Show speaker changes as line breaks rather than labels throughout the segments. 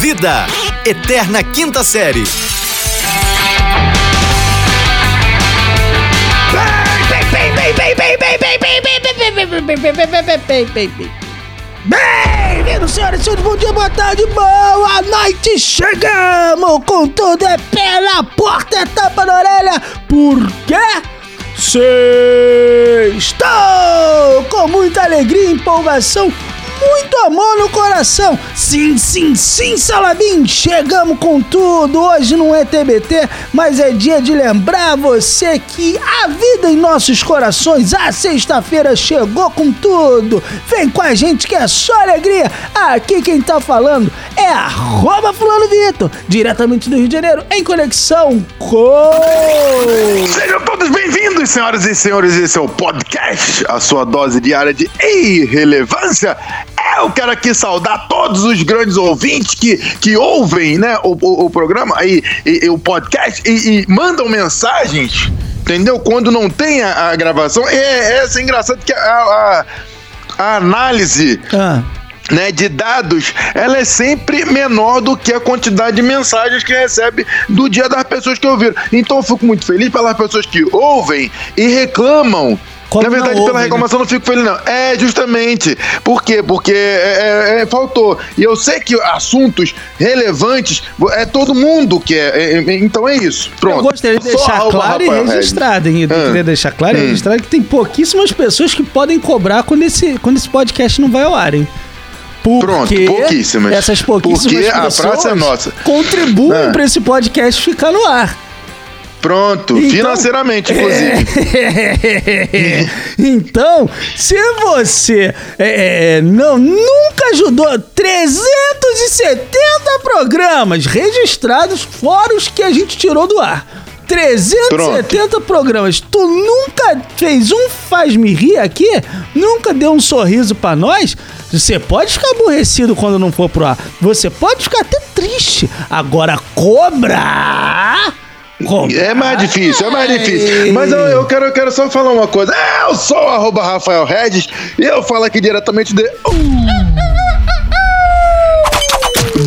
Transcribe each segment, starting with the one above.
Vida, Eterna Quinta Série.
Bem-vindos, senhoras e senhores, bom dia, boa tarde, boa noite! Chegamos com tudo, é pela porta, é tapa na orelha, porque sextou! Com muita alegria, empolgação, muito amor no coração! Sim, sim, sim, Salabim! Chegamos com tudo! Hoje não é TBT, mas é dia de lembrar você que a vida em nossos corações, a sexta-feira chegou com tudo! Vem com a gente que é só alegria! Aqui quem tá falando é arroba fulano Vitor, diretamente do Rio de Janeiro, em conexão com...
Sejam todos bem-vindos, senhoras e senhores, esse é o podcast, a sua dose diária de irrelevância. Eu quero aqui saudar todos os grandes ouvintes que, que ouvem né, o, o, o programa aí, e, e o podcast e, e mandam mensagens, entendeu? Quando não tem a, a gravação. E é, é, assim, engraçado que a, a- a análise
Ah.
né, de dados, ela é sempre menor do que a quantidade de mensagens que recebe do dia das pessoas que ouviram. Então eu fico muito feliz pelas pessoas que ouvem e reclamam.
Como
Na verdade,
não ouvem, né?
pela reclamação eu não fico feliz, não. É, justamente. Por quê? Porque é, é, é, faltou. E eu sei que assuntos relevantes é todo mundo que é. é, é, então é isso. Pronto.
Eu gostaria de
Só
deixar
arroba
claro e
Rafael Regis.
registrado, hein? Eu
Ah.
queria deixar claro e registrado que tem pouquíssimas pessoas que podem cobrar quando esse, quando esse podcast não vai ao ar, hein? Porque
Pronto, pouquíssimas.
Essas pouquíssimas
Porque a
pessoas
praça é nossa.
contribuem
Ah.
para esse podcast ficar no ar.
Pronto,
Então- É,
financeiramente, inclusive.
então, se você é, é, não nunca ajudou 370 programas registrados, fora os que a gente tirou do ar. 370 programas. Tu nunca fez um faz-me rir aqui? Nunca deu um sorriso pra nós? Você pode ficar aborrecido quando não for pro ar. Você pode ficar até triste. Agora, cobrar! Cobrar.
É mais difícil, é mais difícil. Mas eu, eu quero, eu quero só falar uma coisa. Eu sou o arroba Rafael Regis e eu falo aqui diretamente de. Uh!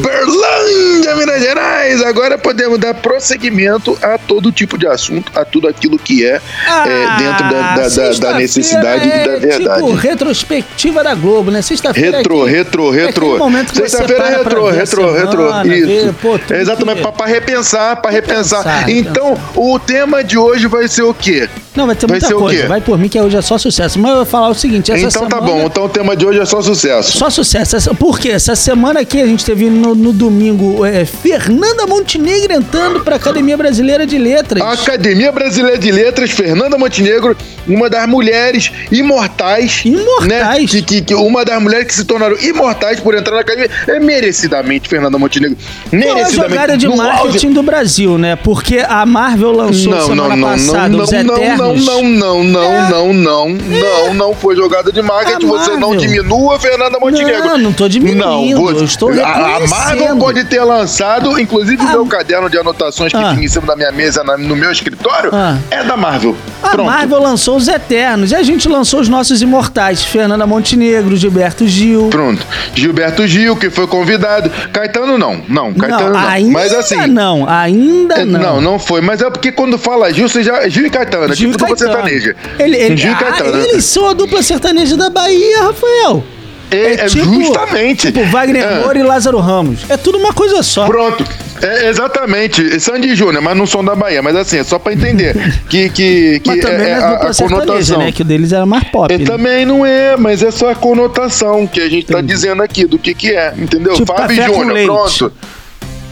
Berlândia, Minas Gerais! Agora podemos dar prosseguimento a todo tipo de assunto, a tudo aquilo que é, é, dentro da- da- da, da
Ah, sexta-feira
necessidade e da
é
verdade.
Tipo, retrospectiva da Globo, né? Sexta-feira.
Retro,
é que-
retro,
é
retro.
aquele momento que
Sexta-feira
você
é
para
retro,
pra ver a
retro, retro.
semana, ver,
Isso.
pô, tudo
É Exatamente,
que-
pra, pra repensar, pra repensar.
Repensar,
então, o tema de hoje vai ser o quê?
é. Não, vai ter
Vai
muita
ser o
coisa.
quê?
Vai por mim que hoje é só sucesso. Mas eu vou falar o seguinte: essa
então tá
semana-
bom, então o tema de hoje é só sucesso.
Só sucesso. Essa- Por quê? Essa semana aqui a gente teve no, no domingo é, Fernanda Montenegro entrando pra Academia Brasileira de Letras.
A Academia Brasileira de Letras, Fernanda Montenegro, uma das mulheres imortais.
Imortais?
Né? Que, que, que uma das mulheres que se tornaram imortais por entrar na academia. É merecidamente, Fernanda Montenegro.
Não é a
Merecidamente.
jogada de
no
marketing do Brasil, né? Porque a Marvel lançou
Não, não,
semana
não,
passada
não,
os
não, não, não,
Eternos.
não, não,
É.
não, não, não, não foi jogada de marketing.
A
Você não
Marvel.
diminua a Fernanda Montenegro.
Não, não tô diminuindo,
você-
eu estou
a, a Marvel
reconhecendo.
pode ter lançado, inclusive o
Ah.
meu caderno de anotações que
Ah.
fica em cima da minha mesa na- no meu escritório,
Ah.
é da Marvel.
A
Pronto.
Marvel lançou os Eternos e a gente lançou os nossos imortais. Fernanda Montenegro, Gilberto Gil.
Pronto. Gilberto Gil, que foi convidado. Caetano não, não, Caetano não.
ainda
Mas assim.
não, ainda
É,
não.
Não, não foi. Mas é porque quando fala Gil, você já. Gil e Caetano, é
Gil e
tipo dupla
Caetano.
sertaneja.
Ele, ele,
Gil e
ah,
Caetano.
eles são a dupla sertaneja da Bahia, Rafael.
É, é justamente.
Tipo Wagner
É.
Moura e Lázaro Ramos. É tudo uma coisa só.
Pronto. É, exatamente. Sandy Júnior, mas não são da Bahia. Mas assim, é só pra entender que, que, que
Mas também
é, é
não é
a,
dupla
a
sertaneja,
conotação.
né? Que o deles era mais pop.
É,
né?
também não é, mas é só a conotação que a gente tá
Entendi.
dizendo aqui, do que que é, entendeu?
Tipo
Fábio
café com
Júnior,
leite.
pronto.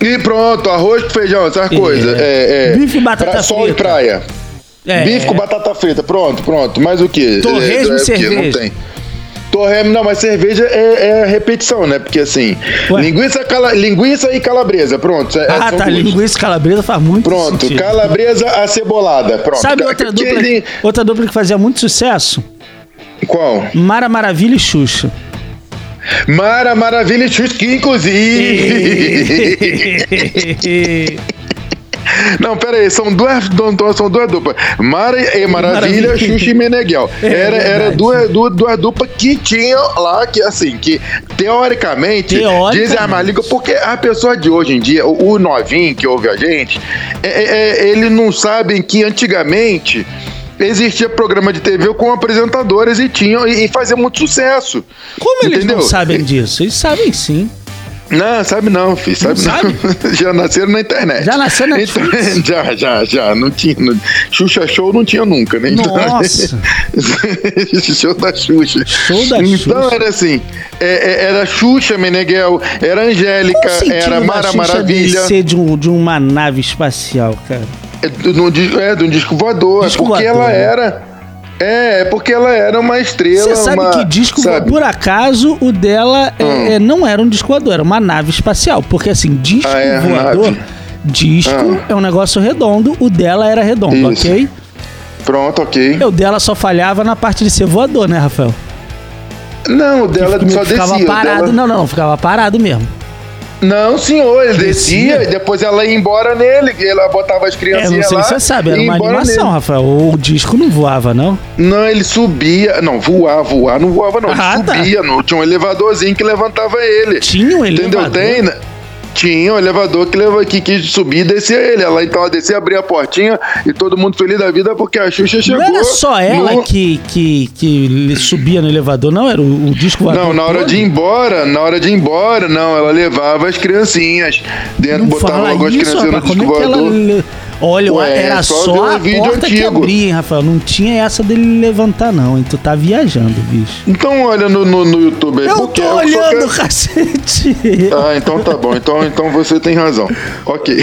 E pronto, arroz com feijão, essas coisas. É, é,
Bife e batata
pra Sol e
frita.
praia.
É.
Bife com batata frita, pronto, pronto. Mas o que?
Torresmo e cerveja.
Não tem. Torresmo, não, mas cerveja é, é repetição, né? Porque assim,
Ué.
linguiça, cala- linguiça e calabresa, pronto. é-
Ah,
são
tá.
duas.
Linguiça calabresa faz muito
Pronto,
sentido.
calabresa acebolada, pronto.
Sabe
Ca-
outra
que-
dupla,
que-
outra dupla que fazia muito sucesso?
Qual?
Mara Maravilha e Xuxa.
Mara Maravilha e Chusque, inclusive. Não, pera aí, são duas, don- são duas duplas. Mara e Maravilha,
Maravilha.
Xuxa e Meneghel.
É
Era, era
verdade.
duas, duas, duas duplas que tinham lá, que assim, que teoricamente,
Teoricamente.
dizem a Marliga, porque a pessoa de hoje em dia, o, o novinho que ouve a gente, é, é- é- ele não sabe que antigamente existia programa de TV com apresentadoras e tinham e, e fazia muito sucesso.
Como eles não
Entendeu?
sabem disso? Eles sabem sim.
Não, sabe não, filho. Sabe
Não
não. já nasceram na internet. Então,
Já nasceu na Netflix?
Já, já, já. Não tinha. não- Xuxa Show não tinha nunca, né?
Nossa.
Show da Xuxa.
Show da
então
Xuxa.
era assim: é, é, era Xuxa Meneghel, era
Qual
Angélica,
o sentido
era
da
Mara
Xuxa
Maravilha.
descer de, um, de uma nave espacial, cara?
É, do- no dis- é, de um disco voador.
Disco
é porque
voador,
ela
né?
era. É, é porque ela era uma estrela.
Você sabe
uma-
que disco,
sabe? Hum.
por acaso, o dela é, é, não era um disco voador, era uma nave espacial. Porque assim, disco
Ah, é,
voador,
nave. Ah.
disco é um negócio redondo, o dela era redondo,
Isso.
ok?
Pronto, ok.
O dela só falhava na parte de ser voador, né, Rafael?
Não, o dela
Ficava
só descia. o
parado,
dela-
não, não, não, ficava parado mesmo.
Não, senhor, ele
Descia?
descia e depois ela ia embora nele, que ela botava as
É,
criancinhas
não sei
lá.
se você sabe, era
e ia
uma
embora
animação,
nele.
Rafael. O disco não voava, não?
Não, ele subia, não, voar, voar, não voava não,
Ah,
ele
tá.
subia, não, tinha um elevadorzinho que levantava ele.
Tinha um elevador?
Entendeu? Tem, né? Tinha um elevador que, leva, que quis subir e descia ele. Ela então ela descia, abria a portinha e todo mundo feliz da vida porque a Xuxa chegou.
Não era só ela
no-
que, que, que ele subia no elevador, não? Era o, o disco voador.
Não, na hora
todo?
de ir embora, na hora de ir embora, não, ela levava as criancinhas dentro,
Não
botava
fala
logo as
isso,
criancinhas no
rapaz. Como
disco
é que ela...
voador.
le- Olha,
Ué,
era
só
só,
ver
a
o vídeo
porta que
antigo.
abria, hein, Rafael? Não tinha essa dele levantar, não, hein? Tu tá viajando, bicho.
Então olha no, no, no YouTube aí.
Eu
porque
tô
sou
olhando,
ca-
cacete.
Ah, então tá bom. Então, então você tem razão. Ok.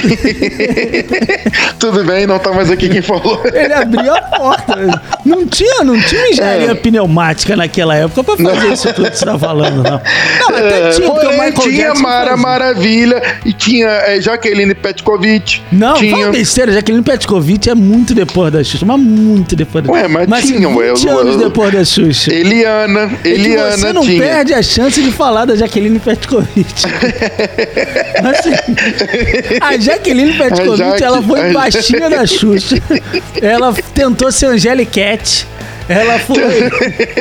Tudo bem, não tá mais aqui quem falou.
Ele abriu a porta. Não tinha, não tinha engenharia
É.
pneumática naquela época pra fazer isso tudo que você tá falando, não. Não, até
É,
Ah, tinha, porque o
porém,
Michael
tinha
Jackson
Mara
fazia.
Maravilha e tinha é, Jaqueline Petkovic.
Não,
tinha.
fala besteira, Jaqueline Petkovic é muito depois da Xuxa, mas muito depois da
Ué, mas
assim,
tinha, ué,
20
eu-
anos
eu-
depois da Xuxa.
Eliana,
É que
Eliana
você não
tinha.
perde a chance de falar da Jaqueline Petkovic. Assim, a Jaqueline Petkovic,
A Jaque-
ela
a
foi
Ja-
baixinha da Xuxa. Ela tentou ser Angelicat. Ela foi.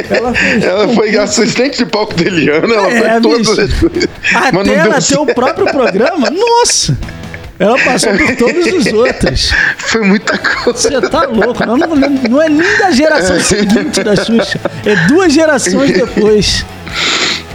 Ela foi.
Ela foi assistente de palco da Eliana, ela
É,
foi todas
bicho.
as coisas. Mas
Até
não
ela
deu
ter o
certo.
próprio programa, nossa! Ela passou por todos os outros.
Foi muita coisa.
Você tá louco, não, não, não é nem da geração seguinte da Xuxa. É duas gerações depois.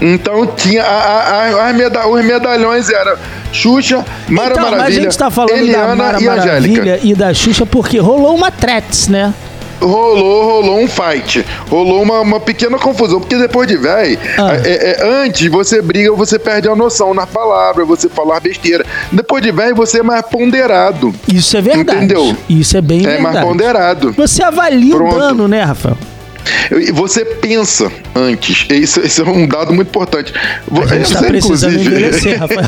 Então tinha a, a, a, as meda- os medalhões eram Xuxa, Mara
então, mas
Maravilha,
a gente tá falando da
Eliana
Mara
e Angélica.
Maravilha e da Xuxa porque rolou uma trets, né?
Rolou, rolou um fight. Rolou uma, uma pequena confusão, porque depois de véi,
Ah.
é- é- antes você briga, você perde a noção na palavra, você falar besteira. Depois de véi, você é mais ponderado.
Isso é verdade.
Entendeu?
Isso é bem
é
verdade.
mais ponderado.
Você avalia o
Pronto.
dano, né, Rafael?
Eu- e Você pensa antes. Isso, isso é um dado muito importante. é
A gente tá precisando envelhecer, Rafael.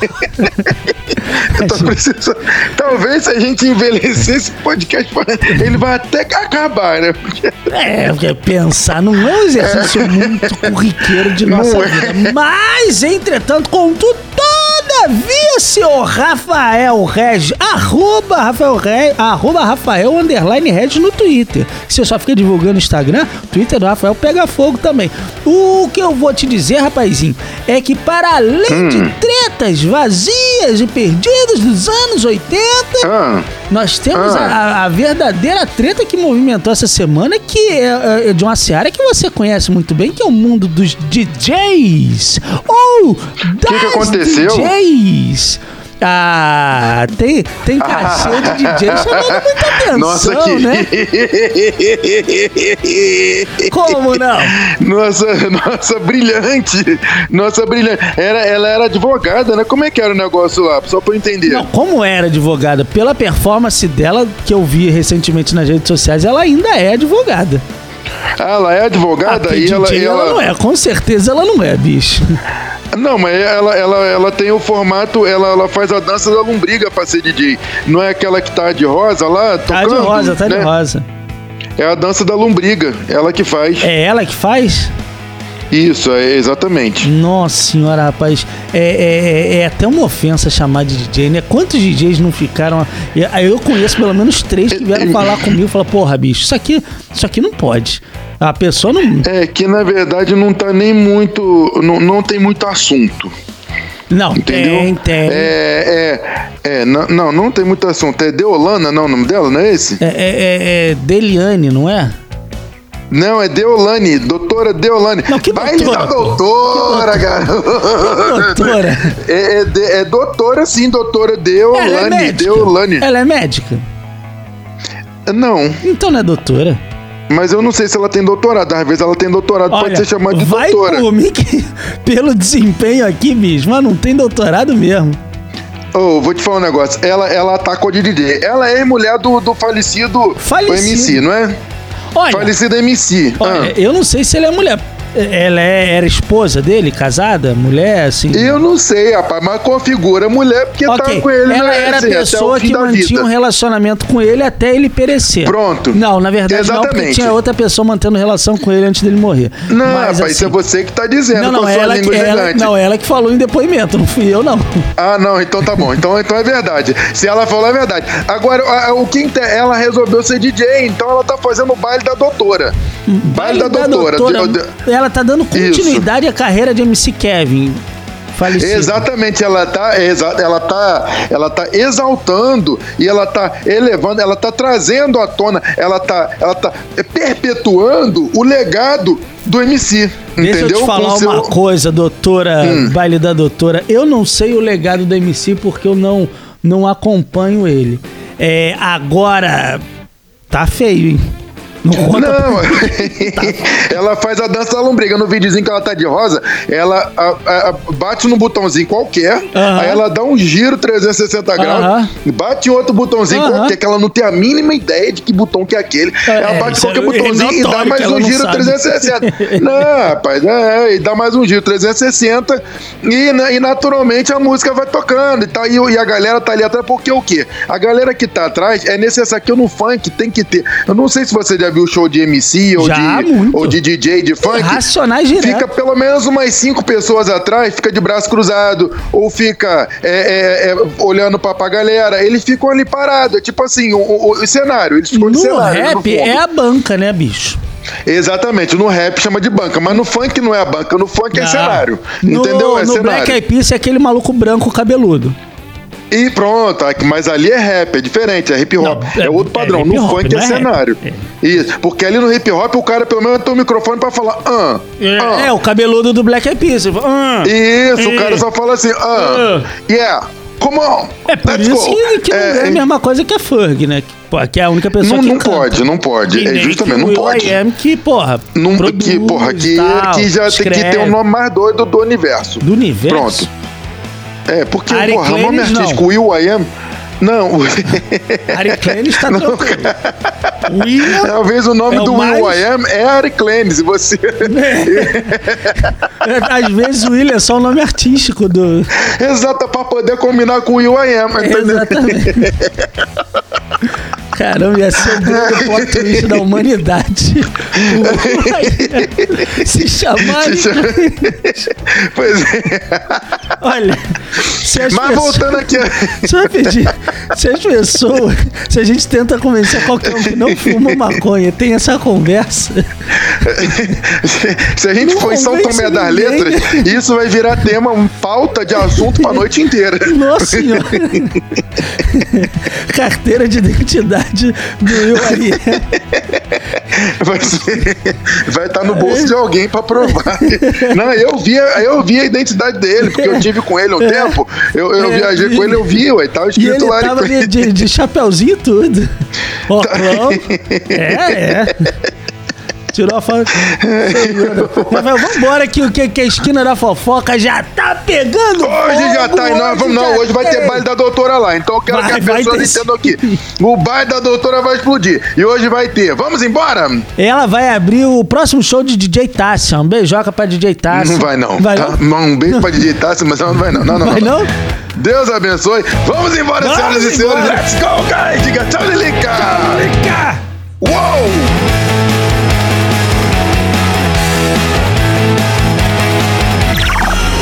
Tá precisando- Talvez se a gente envelhecer esse podcast, ele vai até acabar, né? Porque-
É, porque pensar não é um exercício muito corriqueiro de
Não
nossa
é.
vida. Mas, entretanto, contudo, todavia, senhor Rafael Regis, arroba Rafael Regis, arroba Rafael underline Regis no Twitter. Você só fica divulgando no Instagram, o Twitter do Rafael pega fogo também. O que eu vou te dizer, rapazinho, é que para além
Hum.
de tretas vazias e perdidas dos anos 80,
Ah,
nós temos
Ah.
a- a, a verdadeira treta que movimentou essa semana, que é, é de uma seara que você conhece muito bem, que é o mundo dos DJs. Ou das
que aconteceu?
DJs. Ah, tem, tem cachê de DJ chamando muita atenção,
nossa, que.
né? Como não?
Nossa, nossa, brilhante. Nossa, brilhante. Era, ela era advogada, né? Como é que era o negócio lá? Só pra eu entender.
Não, como era advogada, pela performance dela, que eu vi recentemente nas redes sociais, ela ainda é advogada.
Ela é advogada
Porque
e ela,
DJ
e
ela não é, com certeza ela não é, bicho.
Não, mas ela, ela, ela tem o formato, ela, ela faz a dança da lombriga pra ser DJ. Não é aquela que tá de rosa lá,
Tá
tocando?
de rosa, tá de
né?
rosa.
É a dança da lombriga, ela que faz.
É ela que faz?
Isso, é, exatamente.
Nossa senhora, rapaz, é, é- é- é até uma ofensa chamar de DJ, né? Quantos DJs não ficaram. Eu- Eu conheço pelo menos três que vieram falar comigo e falaram, porra, bicho, isso aqui, isso aqui não pode. A pessoa não.
É que na verdade não tá nem muito. Não, não tem muito assunto.
Não,
Entendeu?
tem, tem. É,
É, é, é, não, não, não tem muito assunto. É Deolana, não, o nome dela, não é esse?
é- é- é Deliane, não é?
Não, é Deolane, doutora Deolane.
Não, que
Baile
doutora,
da
pô?
doutora, garoto.
Doutora.
É, é de- é doutora, sim, doutora Deolane.
Ela é médica.
Deolane.
Ela é médica.
Não,
Então não é doutora.
mas eu não sei se ela tem doutorado. Às vezes ela tem doutorado, pode ser chamada de
vai
doutora.
por mim que, pelo desempenho aqui, bicho, mas não tem doutorado mesmo.
Ô, vou te falar um negócio. Ela, ela atacou de DJ. Ela é mulher do, do falecido,
Falecido.
MC, não é?
Olha,
Falecido MC.
olha,
Ah.
eu não sei se ela é mulher. Ela é- era esposa dele, casada, mulher, assim.
Eu não sei, rapaz, mas configura mulher porque
Ok,
tá com ele.
ela
né,
era a
assim, até o
pessoa
fim
que
da
mantinha
vida.
um relacionamento com ele até ele perecer.
Pronto.
Não, na verdade não, porque
Exatamente.
tinha outra pessoa mantendo relação com ele antes dele morrer.
Não,
Mas,
rapaz, isso
assim,
é você que tá dizendo
Não, não,
com a sua
ela que,
língua
ela,
gigante.
não, ela que falou em depoimento, não fui eu, não.
Ah, não, então tá bom. Então, então é verdade. Se ela falou, é verdade. Agora, a- a- o que inte- ela resolveu ser DJ, então ela tá fazendo o baile da doutora.
Hum,
Baile, da, doutora. Eu- eu-
Ela tá dando continuidade à carreira de MC Kevin. Falecido.
Exatamente, ela tá, exa- ela tá, ela tá exaltando e ela tá elevando, ela tá trazendo à tona, ela tá, ela tá perpetuando o legado do MC,
Deixa
entendeu?
eu te falar
Com seu- Hum.
uma coisa, doutora, baile da doutora. Eu não sei o legado do MC porque eu não, não acompanho ele. É, agora, tá feio, hein? Não conta pra-
Não, é ela faz a dança da lombriga. No videozinho que ela tá de rosa, ela a- a- a- bate num botãozinho qualquer,
Aham.
aí ela dá um giro 360 graus,
Aham.
bate outro botãozinho
Aham.
qualquer, que ela não tem a mínima ideia de que botão que é aquele. ela
é,
bate
isso
qualquer
é
botãozinho e dá
notório
mais
que ela
um
não
giro
sabe.
360. não, rapaz, é, e dá mais um giro 360 e, na- e naturalmente a música vai tocando e, tá, e, o- e a galera tá ali atrás porque o quê? A galera que tá atrás é necessário que no funk tem que ter. Eu não sei se você já viu o show de MC ou,
Já,
de,
muito.
ou de DJ de funk.
Racionais direto.
Fica pelo menos umas cinco pessoas atrás, fica de braço cruzado, ou fica é, é, é, olhando pra, pra galera. Eles ficam ali parados, é tipo assim, o, o- o cenário. Eles ficam de
No
cenário. no
rap
fundo.
é a banca, né, bicho?
Exatamente, no rap chama de banca, mas no funk não é banca, no funk é
Ah.
cenário.
No,
entendeu? É
no Black
cenário.
Eyed Peas é aquele maluco branco cabeludo.
E pronto, aqui- mas ali é rap, é diferente, é hip hop.
Não,
é,
é-
outro
é
padrão.
hip
no
hop,
funk é,
não é rap.
cenário. Isso, porque ali no hip hop o cara pelo menos tem um microfone pra falar. Ah,
É,
ah.
é, o cabeludo do Black Eyed Peas. Ah,
Isso, o
É.
cara só fala assim, ah, yeah, come on.
é por
let's
isso
go."
que, que não é a
é,
mesma coisa que a Ferg, né? Que, pô, que é a única pessoa
não,
que
não
canta.
pode, não pode.
Que
É
nem
justamente,
que
não
o
pode.
Will.i.am que, porra,
Não,
produz,
que, porra, que,
tal,
que já tem que ter um
escreve.
nome mais doido do universo.
Do universo?
Pronto. É, porque,
Ari
porra, o nome
Clemes, não.
artístico Will I Am. Não,
Ari Klein está tranquilo. William...
talvez o nome
É o
do Will
mais-
I Am é Ari Clemes. e Você.
Às vezes o William é só o nome artístico do...
Exato, pra poder combinar com o Will I Am. Entendeu?
Exatamente. Caramba, ia ser o grande plot twist da humanidade. O- Se chamar.
Se chama- Pois é.
Olha, se as
Mas
pessoas-
voltando aqui.
Você vai pedir. Se as pessoas. Se a gente tenta convencer qualquer um que não fuma maconha, tem essa conversa.
Se a gente
Não
for em São
convence
Tomé das
ninguém.
Letras, isso vai virar tema, um pauta de assunto pra noite inteira.
Nossa senhora. Carteira de identidade do eu aí.
Vai ser- vai estar no bolso de alguém pra provar. Não, eu vi, a- eu vi a identidade dele, porque eu tive com ele um tempo. Eu, eu
É,
viajei com ele, eu vi, ué, tava
E
escrito
ele
lá.
tava de, de, de chapeuzinho e tudo. Ó,
Tá
É, é. Tirou a foto. Mas vai, vambora que, o que, que a esquina da fofoca já tá pegando.
Hoje já
fogo,
tá, e nós
hoje
vamos, não,
já
hoje vai ter
tem.
baile da doutora lá, então eu quero
Vai,
que a
vai
pessoa
ter
entenda
sim.
aqui. O baile da doutora vai explodir, e hoje vai ter. Vamos embora?
Ela vai abrir o próximo show de DJ Tássia. Um beijoca pra DJ Tássia.
Não vai não,
Vai
tá?
não?
Não, Um beijo pra digitar, mas ela não vai não, não, não.
Vai não?
Deus abençoe. Vamos embora,
Vamos
senhoras e senhores.
embora.
Let's go, guys. Diga tchau, Lilica.
Cá!
Uou!